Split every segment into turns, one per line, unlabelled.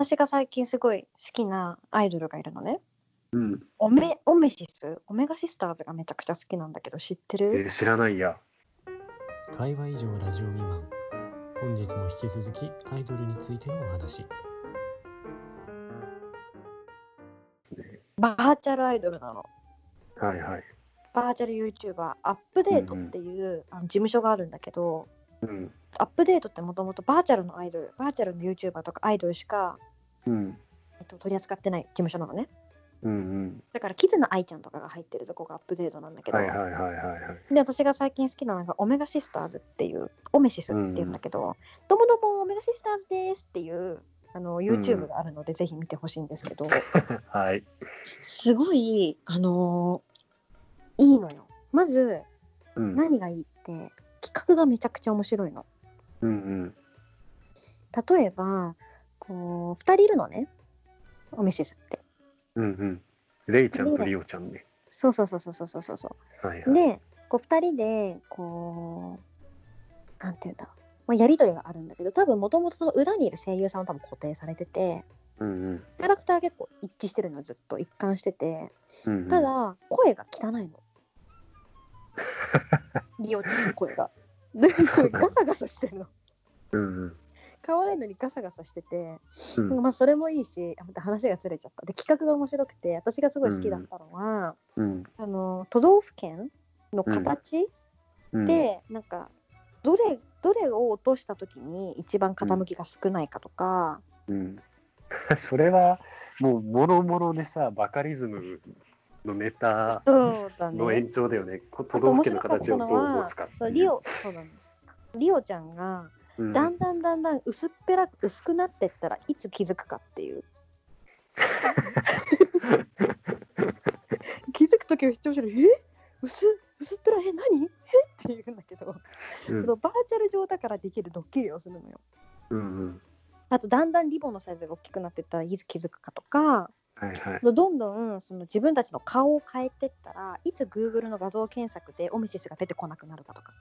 私が最近すごい好きなアイドルがいるのね。
うん。
オメオメシスオメガシスターズがめちゃくちゃ好きなんだけど知って
え
る
ー知らないや。
会話以上ラジオ未満本日も引き続きアイドルについてのお話
バーチャルアイドルなの。
はいはい。
バーチャル YouTuber アップデートっていう、あの事務所があるんだけど
うん。
アップデートってもともとバーチャルのアイドルバーチャルの YouTuber とかアイドルしか、
うん。
えっと、取り扱ってない事務所なのね
うん
だからキズナアイちゃんとかが入ってるとこがアップデートなんだ
う
け
ん。
ど、
はいはいはいはいはい。
で私が最近好きなのがオメガシスターズっていうオメシスっていうんだけど「どうもどうもオメガシスターズです」っていうあの YouTube があるので、ぜひ見てほしいんですけど
はい。
すごいあのーいいのよまず
うん。
何がいいって企画がめちゃくちゃ面白いの
うん
例えばこう2人いるのねオメシスって
うん。うんうん。レイちゃんとリオちゃんね。
そうそうそうそうそうそうそう
はいはい。
でこう2人でこうなんて言うんだろうまあやり取りがあるんだけど多分もともとその裏にいる声優さんは多分固定されてて
うんうん。
キャラクターは結構一致してるのずっと一貫してて
うんうん
た。だ声が汚 いのリオちゃんの声 がで
そうだよ
ガサガサしてるの
うんうん。
可愛いのにガサガサしてて
うん
まあそれもいいしあ待って話がずれちゃったで企画が面白くて私がすごい好きだったのは、
うん
あの都道府県の形、
うん。
で、なんかどれどれを落とした時に一番傾きが少ないかとか、
うん。 それはもうもろもろでさバカリズムのネタ
そうだ
の
ね
延長だよね。こ
あ
都
と
道府
面
県の
白かっ
形
た
を
の
どう持
は
つかっていう。
そうリオそうだねリオちゃんが
うん。
だんだんだんだん薄っぺらく薄くなってったらいつ気づくかって いう気づく時は視聴者に「え薄薄っぺらえ何えっ?」て言うんだけど、
うん
そのバーチャル上だからできるドッキリをするのよ
うんうん。
あとだんだんリボンのサイズが大きくなってったらいつ気づくかとか
はいはい。
どんどんその自分たちの顔を変えてったらいつ Google の画像検索でオミシスが出てこなくなるかとか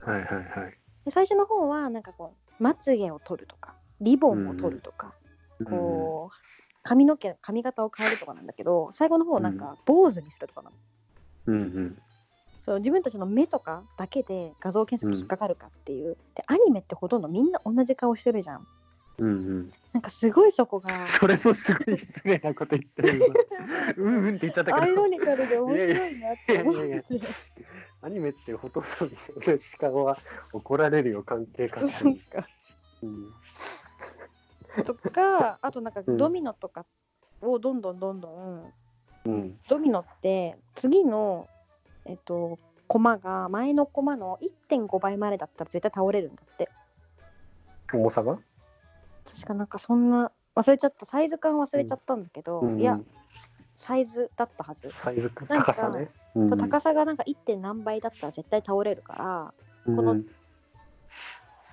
はいはいはい。
で最初の方はなんかこうまつげを取るとかリボンを取るとか、こう髪の毛髪型を変えるとかなんだけど最後の方なんか坊主にするとかなの、
うんうん。
そう自分たちの目とかだけで画像検索引っかかるかっていう、でアニメってほとんどみんな同じ顔してるじゃん
うんうん。
なんかすごいそこ が
それもすごい失礼なこと言ってる よ。うんうんって言っちゃった
ア
け
イ
ど
ロ、ニカルで面白いなって思って
いやいやいやいやアニメってほとんど同じ顔は怒られるよ、関係か
そうか
うん
とかあとなんか
うん
ドミノとかをどんどんどんどん
うん。
ドミノって次のえっと駒が前の駒の1.5倍までだったら絶対倒れるんだって
重さが
確かなんかそんな忘れちゃったサイズ感忘れちゃったんだけど、
うん
いやサイズだったはず、
サイズか、
なんか
高さね。うん
そう高さがなんか 1. 点何倍だったら絶対倒れるからこの
うん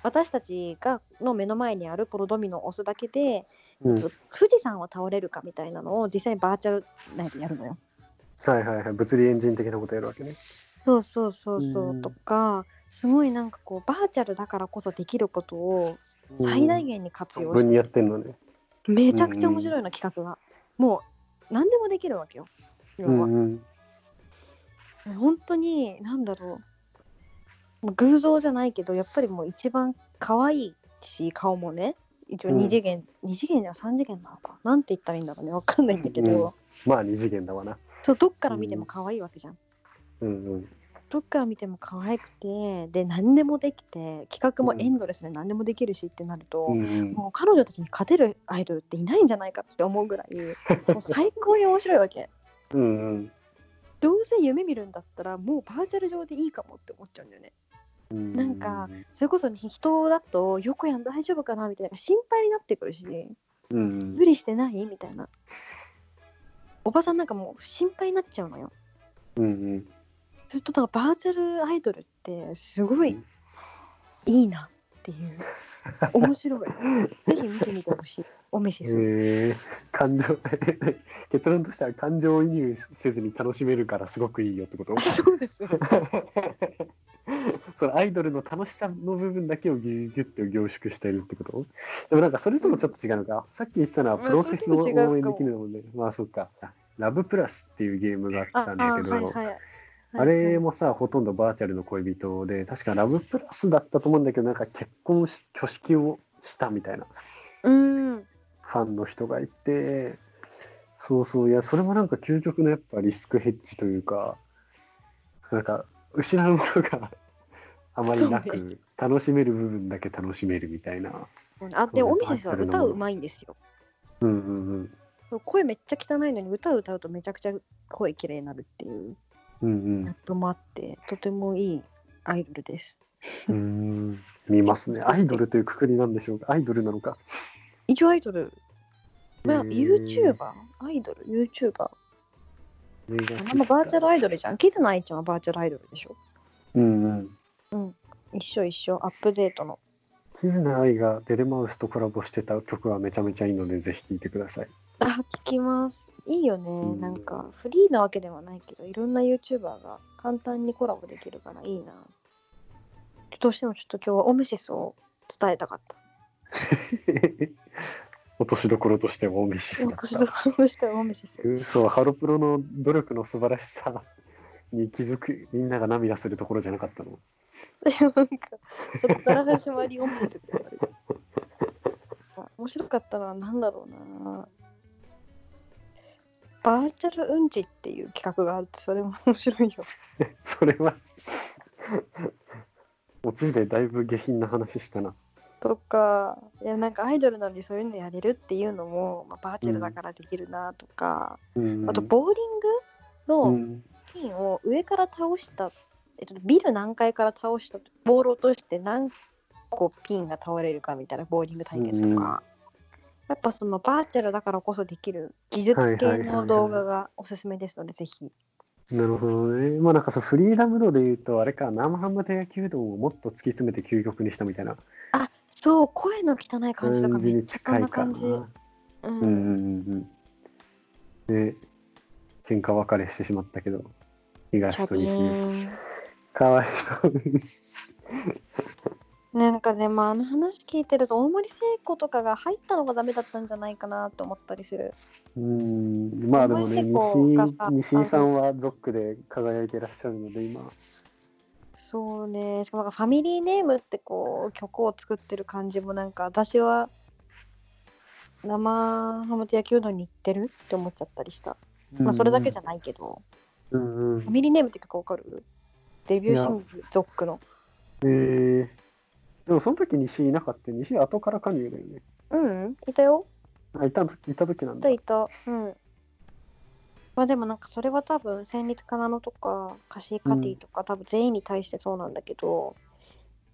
私たちがの目の前にあるこのドミノを押すだけで、
うん
富士山は倒れるかみたいなのを実際にバーチャル内でやるのよ。
はいはいはい。物理エンジン的なことやるわけね。
そうそうそうそう、
うん
とかすごいなんかこうバーチャルだからこそできることを最大限に活
自
用し
分
て、
にやってんのね。
めちゃくちゃ面白いの企画が、もう何でもできるわけよ要
う
は、
んうん。
本当に何だろうもう偶像じゃないけどやっぱりもう一番可愛いし顔もね一応
うん
2次元、2次元では3次元なのかなんて言ったらいいんだろうねわかんないんだけど、
うんまあ二次元だわな。
そうどっから見ても可愛いわけじゃん
うんうん。
どっから見ても可愛くてで何でもできて企画もエンドレスで何でもできるしってなると、
うん
もう彼女たちに勝てるアイドルっていないんじゃないかって思うぐらいもう最高に面白いわけ
うん
どうせ夢見るんだったらもうバーチャル上でいいかもって思っちゃうんだよね
うん。
なんかそれこそ人だとよくやん大丈夫かなみたいな心配になってくるし
うんうん
無理してないみたいなおばさんなんかもう心配になっちゃうのよ
うんうん。
それとなんかバーチャルアイドルってすごいいいなっていう面 白いぜひ見てみてほしいお召しする、
えー、感情結論としては感情移入せずに楽しめるからすごくいいよってこと
そうですよ
そそのアイドルの楽しさの部分だけをギュギュッと凝縮してるってことでもなんかそれともちょっと違うのか、さっき言ってたのは
まあ
プロセスを
それとも違うかも
応援できるのもねまあそっかラブプラスっていうゲームがあ
あ
っ
あ
たんだ
ー
け
はい
ど
はいはい
あれもさほとんどバーチャルの恋人で確かラブプラスだったと思うんだけどなんか結婚し挙式をしたみたいな
うん
ファンの人がいてそうそういやそれもなんか究極のやっぱリスクヘッジというかなんか失うものが あまりな
そう
く楽しめる部分だけ楽しめるみたいな
あで
そう
大
ね
水さんは歌うまいんですよ
うんうん
そう声めっちゃ汚いのに歌を歌うとめちゃくちゃ声綺麗になるっていう
うんう
ギャ
ん
ップもあってとてもいいアイドルです
うんうーん見ますねアイドルというくくりなんでしょうかアイドルなのか
一応アイドル、まあ、
へー
YouTuber アイドル YouTuber
メガシスタ
あんまバーチャルアイドルじゃんキズナアイちゃんはバーチャルアイドルでしょ
うんうん
一緒一緒アップデートの
キズナアイがデレマウスとコラボしてた曲はめちゃめちゃいいのでぜひ聴いてください
あ聞きますいいよね、
うん
なんかフリーなわけではないけどいろんな YouTuber が簡単にコラボできるからいいなどうしてもちょっと今日はオムシスを伝えたかった
落としどころとしてもミシスだっ
私ど
た。
うしてもオムシ ス
そう、ハロプロの努力の素晴らしさに気づく、みんなが涙するところじゃなかったの。
なんかそこから始まりオムシスって言われてあ面白かったのは何だろうなバーチャルうんちっていう企画があってそれも面白いよ
それは、落ちでだいぶ下品な話したな。
とかいやなんかアイドルなのにそういうのやれるっていうのも、まあ、バーチャルだからできるなとか、
うん
あとボーリ
う
ングの
ん
ピンを上から倒した、えっとビル何階から倒したボール落として何個ピンが倒れるかみたいなボーリング対決とか、やっぱそのバーチャルだからこそできる技術系
はいはいはいは
の
い
動画がおすすめですので、ぜひ。
なるほどね。まあなんかそう、フリーダム度で言うと、あれか、生ハムと焼きうどんをもっと突き詰めて究極にしたみたいな
そう声の汚い感じとか
感
め
じ
っ
に
ちゃこ
近
ん
い
な
か
感
な
じ。。うん
うんうんうんうん。で、喧嘩別れしてしまったけど、
ちょ
東
っと
と西に。
ね
かわいそうに。
なんかね、まあ、あの話聞いてると大森聖子とかが入ったのがダメだったんじゃないかなと思ったりする。
うん、まあでも
思い
ね、
出こうがさ
西西井さんはゾックで輝いてらっしゃるので、今。
そうね、しかもなんかファミリーネームってこう曲を作ってる感じもなんか私は生ハムと焼きうどんに行ってるって思っちゃったりした。まあそれだけじ
ゃ。
ゃないけど、
うんうん
ファ。ミリーネームって曲わかるデビューシングルゾックの。
えー、でもその時西井いなかったよ西井後から加入だよね。
うん、いたよ。
あ、いた時いた時なん
い
だ
た。いた。うん。まあでもなんかそれは多分戦慄かなのとかカシーカティとか、多分全員に対してそうなんだけど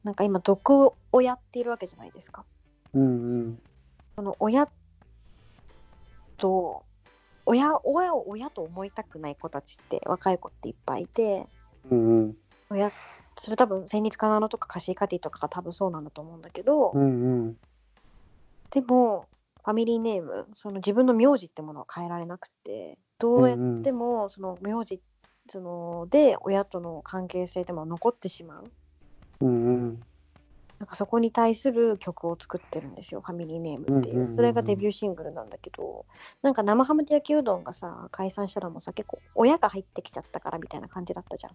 なんか今毒をやっているわけじゃないですか。
うんうん。
その親と親親を親と思いたくない子たちって若い子っていっぱいいて
うんうん。
親それ多分戦慄かなのとかカシーカティとかが多分そうなんだと思うんだけど、
うんうん。
でもファミリーネームその自分の名字ってものは変えられなくてどうやってもその名字そので親との関係性でも残ってしまう
うんうん。
なんかそこに対する曲を作ってるんですよ「ファミリーネーム」ってい
うんうんうんう
うんそれがデビューシングルなんだけどなんか生ハムと焼きうどんがさ解散したらもうさ結構親が入ってきちゃったからみたいな感じだったじゃん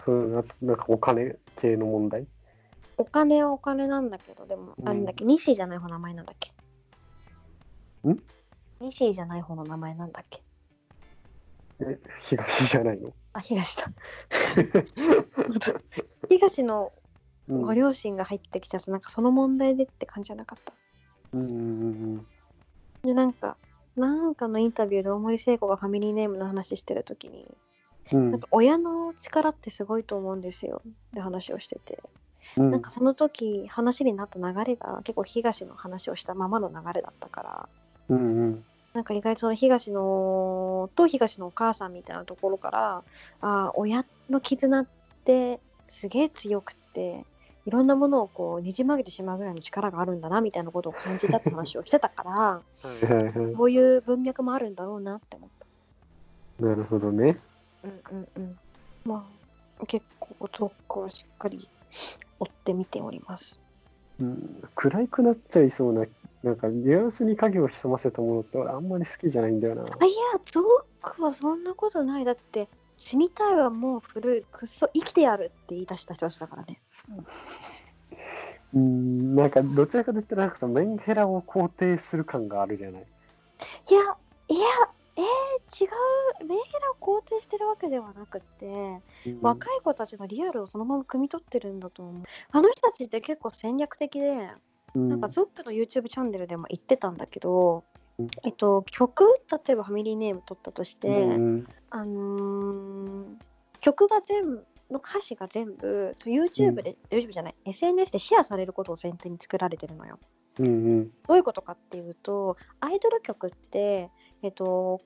そうな、なんかお金系の問題。
お金はお金なんだけどでも、
うん
なんだっけ西じゃない方の名前なんだっけ
ん
西じゃない方の名前なんだっけ
え、東じゃないの。
あ、東 だ。東の
うん
ご両親が入ってきちゃって、なんかその問題でって感じじゃなかった。
うんうんうん
で、なんか、なんかのインタビューで大森聖子がファミリーネームの話してるときに、
うん。
なんか親の力ってすごいと思うんですよって話をしてて、
うん
なんかその時話になった流れが結構東の話をしたままの流れだったから、
うんうん
なんか意外とその東のと東のお母さんみたいなところからあー親の絆ってすげえ強くっていろんなものをこうねじ曲げてしまうぐらいの力があるんだなみたいなことを感じたって話をしてたから
はいはいは
こういう文脈もあるんだろうなって思った。
い。なるほどね。
うんうんうん、まあ結構そこはしっかり追って見ております。
うん、暗くなっちゃいそうな、なんかニュアンスに影を潜ませたものって俺あんまり好きじゃないんだよな。
あいや、ゾークはそんなことない。だって、死にたいはもう古い、くっそ、生きてやるって言い出した人たちだからね。
うん、なんかどちらかといったらなんかさ、メンヘラを肯定する感があるじゃない。
いや、いや、えー、違う、メンヘラを肯定してるわけではなくて、
うん
若い子たちのリアルをそのまま汲み取ってるんだと思う。あの人たちって結構戦略的で、
うん
なんかゾックの YouTube チャンネルでも言ってたんだけど
うん、
えっと、曲、例えばファミリーネーム取ったとして、
うん
あのー曲が全部の歌詞が全部 YouTube で、YouTube じゃない SNS でシェアされることを前提に作られてるのよ。
うんうん
どういうことかっていうとアイドル曲って、えっと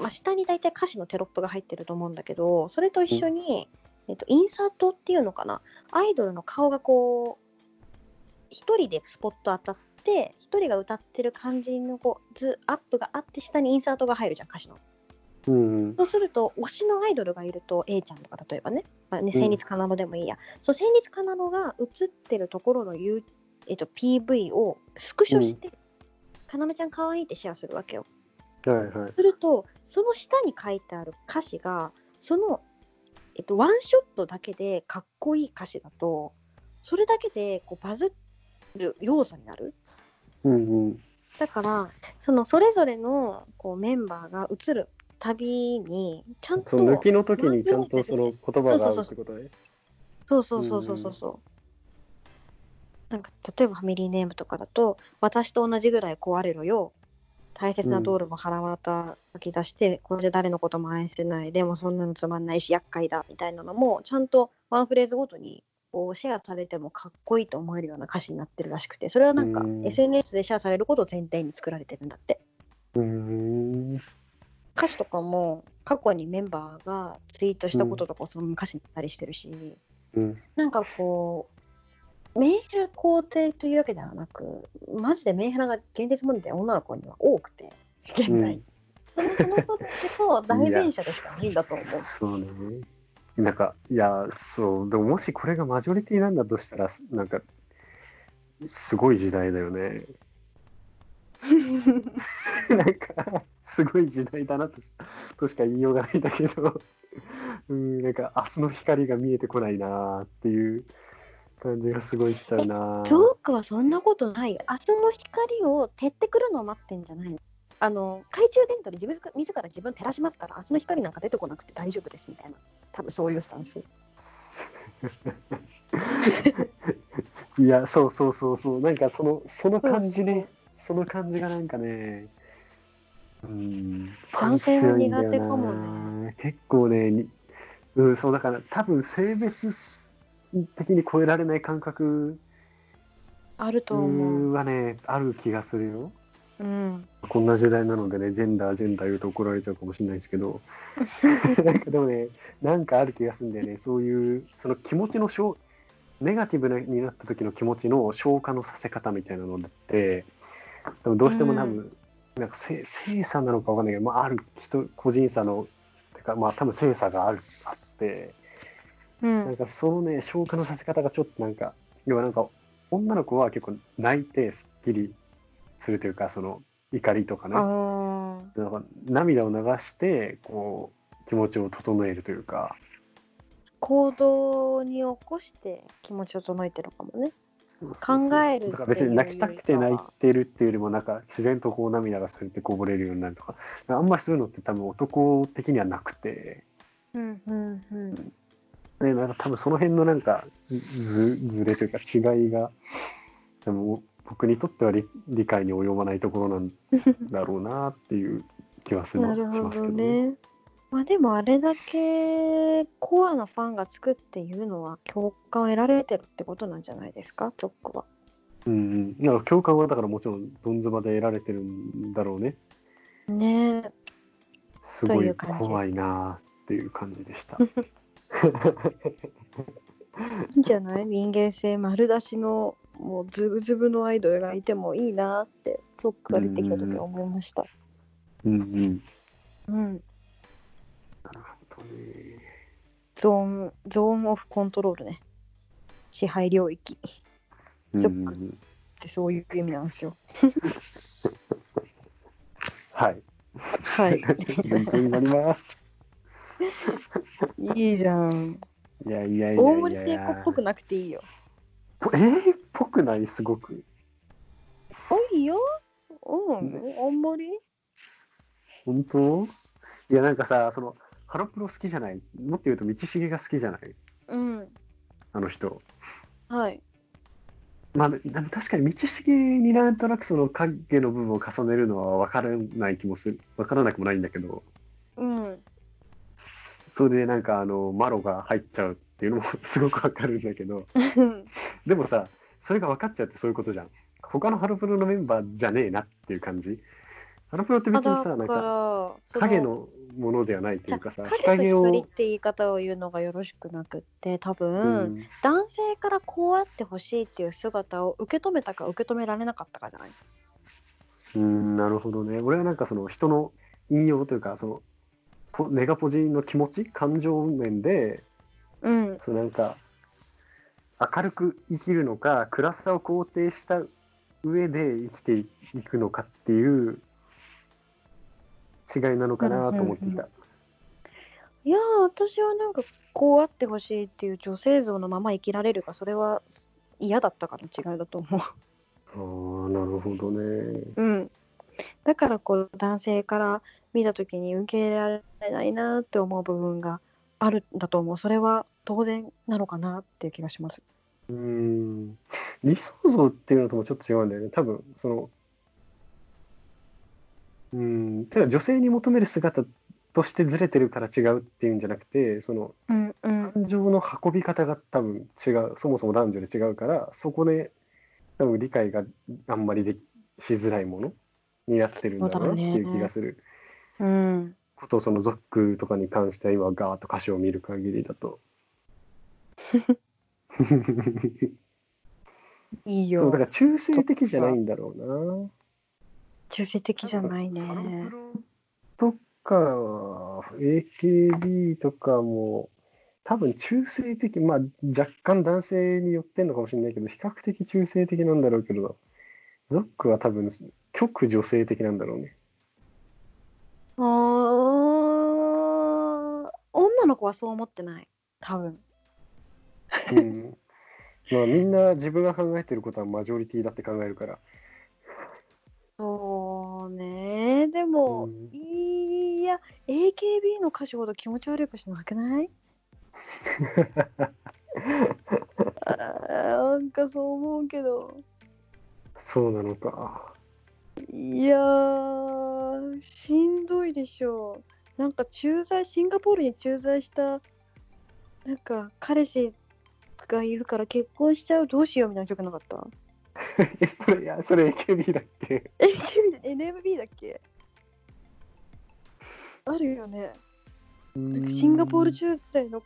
まあ、下に大体歌詞のテロップが入ってると思うんだけどそれと一緒に、えっと、インサートっていうのかなアイドルの顔がこう一人でスポット当たって一人が歌ってる感じのこうズアップがあって下にインサートが入るじゃん歌詞の。
うんうん
そうすると、推しのアイドルがいると、A ちゃんとか例えばね、まあ、ね
うん
戦慄かなのでもいいや、そう、戦慄かなのが映ってるところの、ゆうえっと、PV をスクショして、かなめちゃん可愛いってシェアするわけよ。
はいはい。
すると、その下に書いてある歌詞が、その、えっと、ワンショットだけでかっこいい歌詞だと、それだけでこうバズる要素になる。
うんうん
だから、そのそれぞれのこうメンバーが映る旅に、ちゃん
そ
と。
の抜きの時にちゃんとその言葉がある
そうそ
ってことね。
そうそうそうそうそうそう。なんか例えばファミリーネームとかだと「私と同じぐらい壊れろよ」「大切な道路も腹渡き出して、これで誰のことも愛せない」「でもそんなのつまんないし厄介だ」みたいなのもちゃんとワンフレーズごとにこうシェアされてもかっこいいと思えるような歌詞になってるらしくてそれはなんか
うん
SNS でシェアされることを前提に作られてるんだって。
うんうん
歌詞とかも過去にメンバーがツイートしたこととかをそのまま歌詞にしたりしてるし。
うん
なんかこう、メンヘラ肯定というわけではなく、マジでメンヘラが現実問題、女の子には多くて、現代。そのことこそ代弁者でしかないんだと思う。
そうね。なんか、いや、そう、でももしこれがマジョリティなんだとしたら、なんか、すごい時代だよね。 なんか、すごい時代だなとしとしか言いようがないんだけど、 うん、なんか、明日の光が見えてこないなーっていう感じがすごいしちゃうなー
ジョークはそんなことないよ。明日の光を照ってくるのを待ってんじゃないのあの懐中電灯で自分自ら自分照らしますから明日の光なんか出てこなくて大丈夫ですみたいな多分そういうスタンス
いや、そうそうそうそう、なんかその、その感じね、その感じがなんかね、うん、
男性は苦手かもね
パンチ強いんだよな。結構ね、にうん、そうだから、多分性別的に超えられない感覚
あると思う
はね、ある気がするよ。
うん
こんな時代なのでね、ジェンダー、ジェンダー言うと怒られちゃうかもしれないですけ ど、なんかでもね、なんかある気がするんだよね、そういう、その気持ちの消、ネガティブなになった時の気持ちの消化のさせ方みたいなのって、でもどうしても多分、なんかせ性差なのかわかんないけど、まあ、ある人、個人差の、てかまあ多分性差がある、あって、
う
なん
ん
かそのね、消化のさせ方がちょっとなんか、要はなんか、女の子は結構泣いてすっきりするというか、その怒りとかね。
ああ
なんか涙を流してこう気持ちを整えるというか
行動に起こして気持ちを整えてるかもね。考える
だから別に泣きたくて泣いてるっていうよりもなんか自然とこう涙がするってこぼれるようになるとかあんまりそういうのって多分男的にはなくて
うんうんうん。
でなんか多分その辺のなんかずずれというか違いがでも僕にとっては理理解に及ばないところなんだろうなっていう気はする
なる
し
ほ
ます
ど
けどね。
ね。まあでもあれだけコアなファンがつくっていうのは共感を得られてるってことなんじゃないですか、ゾックは。
うん、なんか共感はだからもちろんどんずばで得られてるんだろうね。
ねえ。
すご
とい
いう
感じ
怖いなーっていう感じでした。
いいんじゃない人間性丸出しのもうズブズブのアイドルがいてもいいなってゾックが出てきた時は思いました。
うんうん。
うん。
なるほどね。
ゾーン、ゾーンオフコントロールね。支配領域っ
う
ちょっと
ん
てそういう意味なんですよ。
はい。
はい。
勉強になります。
いいじゃん。
いやいやいやいや。
大森聖子っぽくなくていいよ。
えーっぽくないすごく。
多いよ。うん。あんまり
本当いやなんかさ、その、ハロプロ好きじゃない。もっと言うと、道重が好きじゃない。
うん。
あの人。
はい。
まあ、でも確かに道重になんとなくその影の部分を重ねるのは分からない気もする。分からなくもないんだけど、
うん。
それでなんかあの、マロが入っちゃうっていうのも すごく分かるんだけど、
う
でもさ、それが分かっちゃうってそういうことじゃん。他のハロプロのメンバーじゃねえなっていう感じ。ハロプロって
ん、あ
別に
だ
さ、
か
なん
ら
か
そ
影のものではないと
じ
い
ゃ
うかさ、日
影
陰
と
を。
光って言い方を言うのがよろしくなくって多分、
うん
男性からこうあってほしいっていう姿を受け止めたか受け止められなかったかじゃない
うん、なるほどね。俺はなんかその人の引用というか、そのポネガポジの気持ち、感情面で、
うん
そうなんか明るく生きるのか、暗さを肯定した上で生きていくのかっていう違いなのかなと思っていた。
いやー私はなんかこうあってほしいっていう女性像のまま生きられるかそれは嫌だったかの違いだと思
ああ、なるほどね。
う、うん、だからこう男性から見た時に受け入れられないなーって思う部分があるんだと思うそれは当然なのかなっていう気がします
うん理想像っていうのともちょっと違うんだよね。多分、その、うん、てか女性に求める姿としてずれてるから違うっていうんじゃなくて、その、
うんうん
感情の運び方が多分違う、そもそも男女で違うから、そこで多分理解があんまりできしづらいものになってるんだろうなっていう気がする。
うん
ことをそのゾックとかに関しては今ガーッと歌詞を見る限り だと。
いい
そう
よ。
だから中性的じゃないんだろうな。
中性的じゃないね。
ハロプロとか AKB とかも多分中性的まあ若干男性に寄ってんのかもしれないけど比較的中性的なんだろうけどゾックは多分極女性的なんだろう ね。
あー女の子はそう思ってない。多分。
うん、まあみんな自分が考えてることはマジョリティだって考えるから。
そうね。でも、
うん
いや、AKB の歌詞ほど気持ち悪い歌詞なくないあーなんかそう思うけど。
そうなのか。
いやー、しんどいでしょう。なんか駐在、シンガポールに駐在した、なんか彼氏がいるから結婚しちゃう、どうしようみたいな曲なかった
えそれいやそれ AKB だっけ
AKB だ NMB だっけあるよね。なんかシンガポール駐在の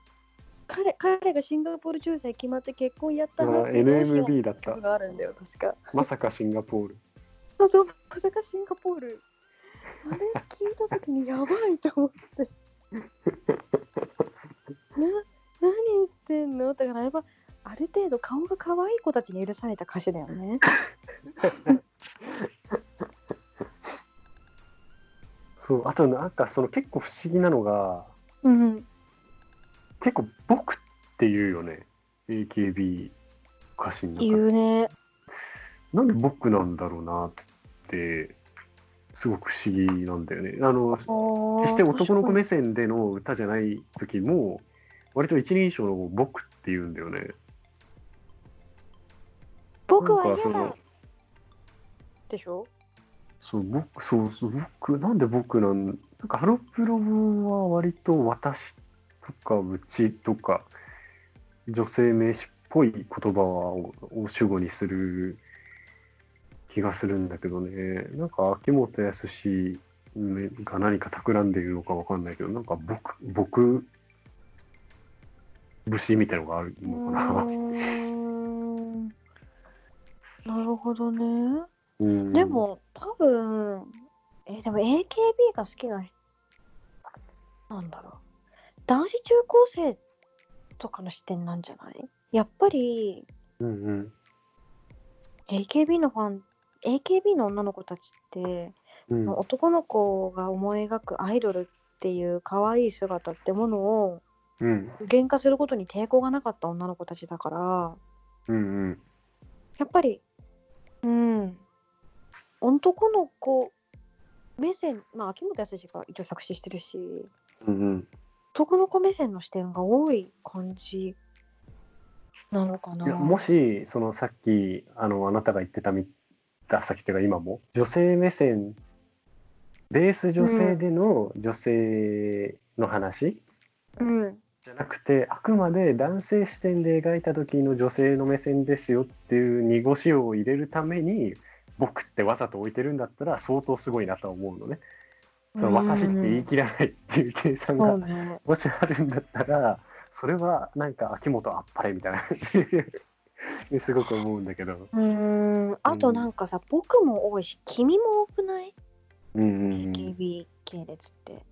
彼彼がシンガポール駐在決まって結婚やった
あ
なっ
ー
てどうしよう
NMB だった
曲。があるんだよ、確か。
まさかシンガポール。
あそうまさかシンガポールあれ聞いた時にやばいと思って な何言ってんのだからやっぱある程度顔が可愛い子たちに許された歌詞だよね
そうあとなんかその結構不思議なのが
うん
結構「僕」って言うよね AKB 歌詞の中
言
で
うね
なんで「僕」なんだろうなってすごく不思議なんだよねあの
おー
決して男の子目
確
線での歌じゃない時も割と一人称の「僕」って言うんだよね
かに僕
な
は
んかそ
嫌
の
だでしょ
そう僕そうそう僕なんで僕なんなんかハロプロは割と私とかうちとか女性名詞っぽい言葉をを主語にする気がするんだけどねなんか秋元康が何か企んでいるのかわかんないけどなんか僕僕節みたいのがある
う
のかな。
ーんなるほどね
うん
でも多分えーでも AKB が好きな人なんだろう男子中高生とかの視点なんじゃないやっぱり
うんうん
AKB のファン AKB の女の子たちって、
うん
男の子が思い描くアイドルっていう可愛い姿ってものを
うん
具現化することに抵抗がなかった女の子たちだから
うんうん
やっぱりうん男の子目線まあ秋元康が一応作詞してるし
うんうん
男の子目線の視点が多い感じなのかない
やもしそのさっきあのあなたが言ってたみあさっきというか今も女性目線ベース女性での女性の話、
うん
じゃなくてあくまで男性視点で描いた時の女性の目線ですよっていう濁しを入れるために僕ってわざと置いてるんだったら相当すごいなとは思うのね。その私って言い切らないっていう計算
そ
が
うね
もしあるんだったらそれはなんか秋元あっぱれみたいな感じ すごく思うんだけど。
うーんあとなんかさ、僕も多いし君も多くない
うんうんうん
AKB 系列って、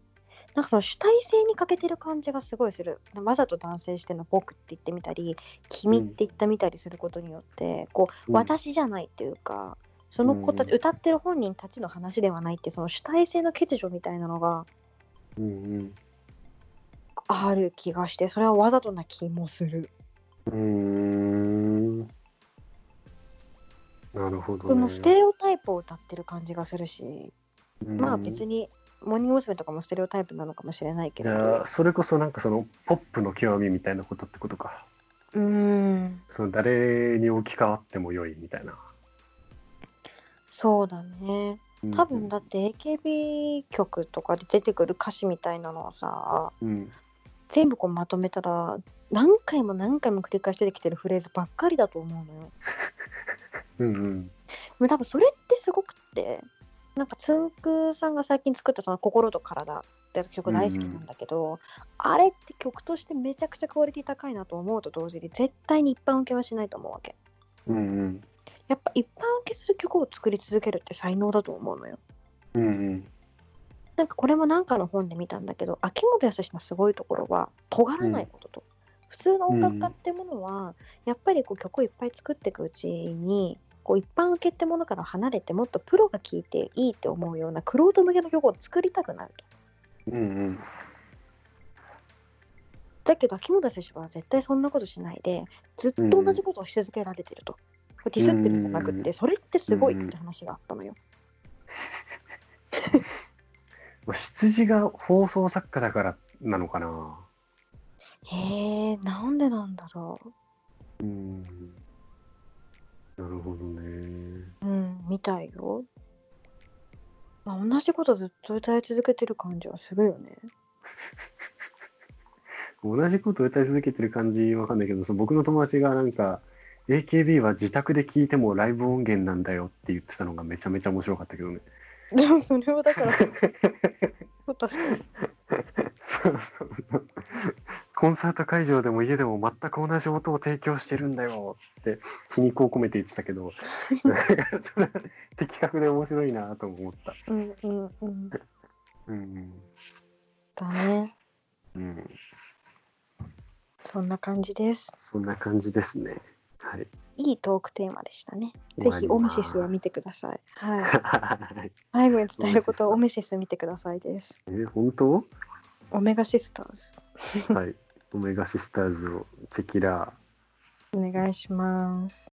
なんかその主体性に欠けてる感じがすごいするわざと男性しての僕って言ってみたり君って言ってみたりすることによって、こう
うん
私じゃないっていうかその子たち、
うん
歌ってる本人たちの話ではないってその主体性の欠如みたいなのが
うん
ある気がしてそれはわざとな気もする、
うんうーんなるほど、
こ
ね。
のステレオタイプを歌ってる感じがするし、まあ別
に
にモーニング娘。とかもステレオタイプなのかもしれないけ
じ
ど
ゃあ
う
それこそなんかそのポップの極みみたいなことってことか
ーん
その誰に置き換わっても良いみたいな、
そうだね多分だってて AKB 曲とかで出てくる歌詞みたいなのはさ
うん、
全部こうまとめたら何回も何回も繰り返して出てきてるフレーズばっかりだと思うのよ。
うんうん
でも多分それってすごくってなんかつんく♂さんが最近作った「その心と体」って曲大好きなんだけど、あれって曲としてめちゃくちゃクオリティ高いなと思うと同時に絶対に一般受けはしないと思うわけ。
うん
やっぱ一般受けする曲を作り続けるって才能だと思うのよ。
うんうん
なんかこれもなんかの本で見たんだけど秋元康のすごいところは尖らないことと、普通の音楽家ってものは、やっぱりこう曲をいっぱい作っていくうちにこう一般受けってものから離れてもっとプロが聴いていいって思うようなクロート向けの曲を作りたくなると
うんうん
だけど秋元康は絶対そんなことしないでずっと同じことをし続けられてると、ディスってるんじゃなくって、
うん
それってすごいって話があったのよ、
まあ羊が放送作家だからなのかな
へえなんでなんだろ
うんなるほどね
ううんみたいよまあ、同じことずっと歌い続けてる感じはするよね。
同じことを歌い続けてる感じわかんないけどその僕の友達がなんか AKB は自宅で聴いてもライブ音源なんだよって言ってたのがめちゃめちゃ面白かったけどね
でもそれをだから、そう確かに。
そうそうそうコンサート会場でも家でも全く同じ音を提供してるんだよって皮肉を込めて言ってたけど それは的確で面白いなとも思った。
うんうんうん。
うん
だね。
うん、
そんな感じです。
そんな感じですね。はい、
いいトークテーマでしたね。ぜ
終わ
ひ
ります
オメシスを見てください。はい。
はい
最後に伝えることはオ
オ
メシス見てくださいです。
え本当
オメガシスターズ。
はい。オメガシスターズをチェキラー。
お願いします。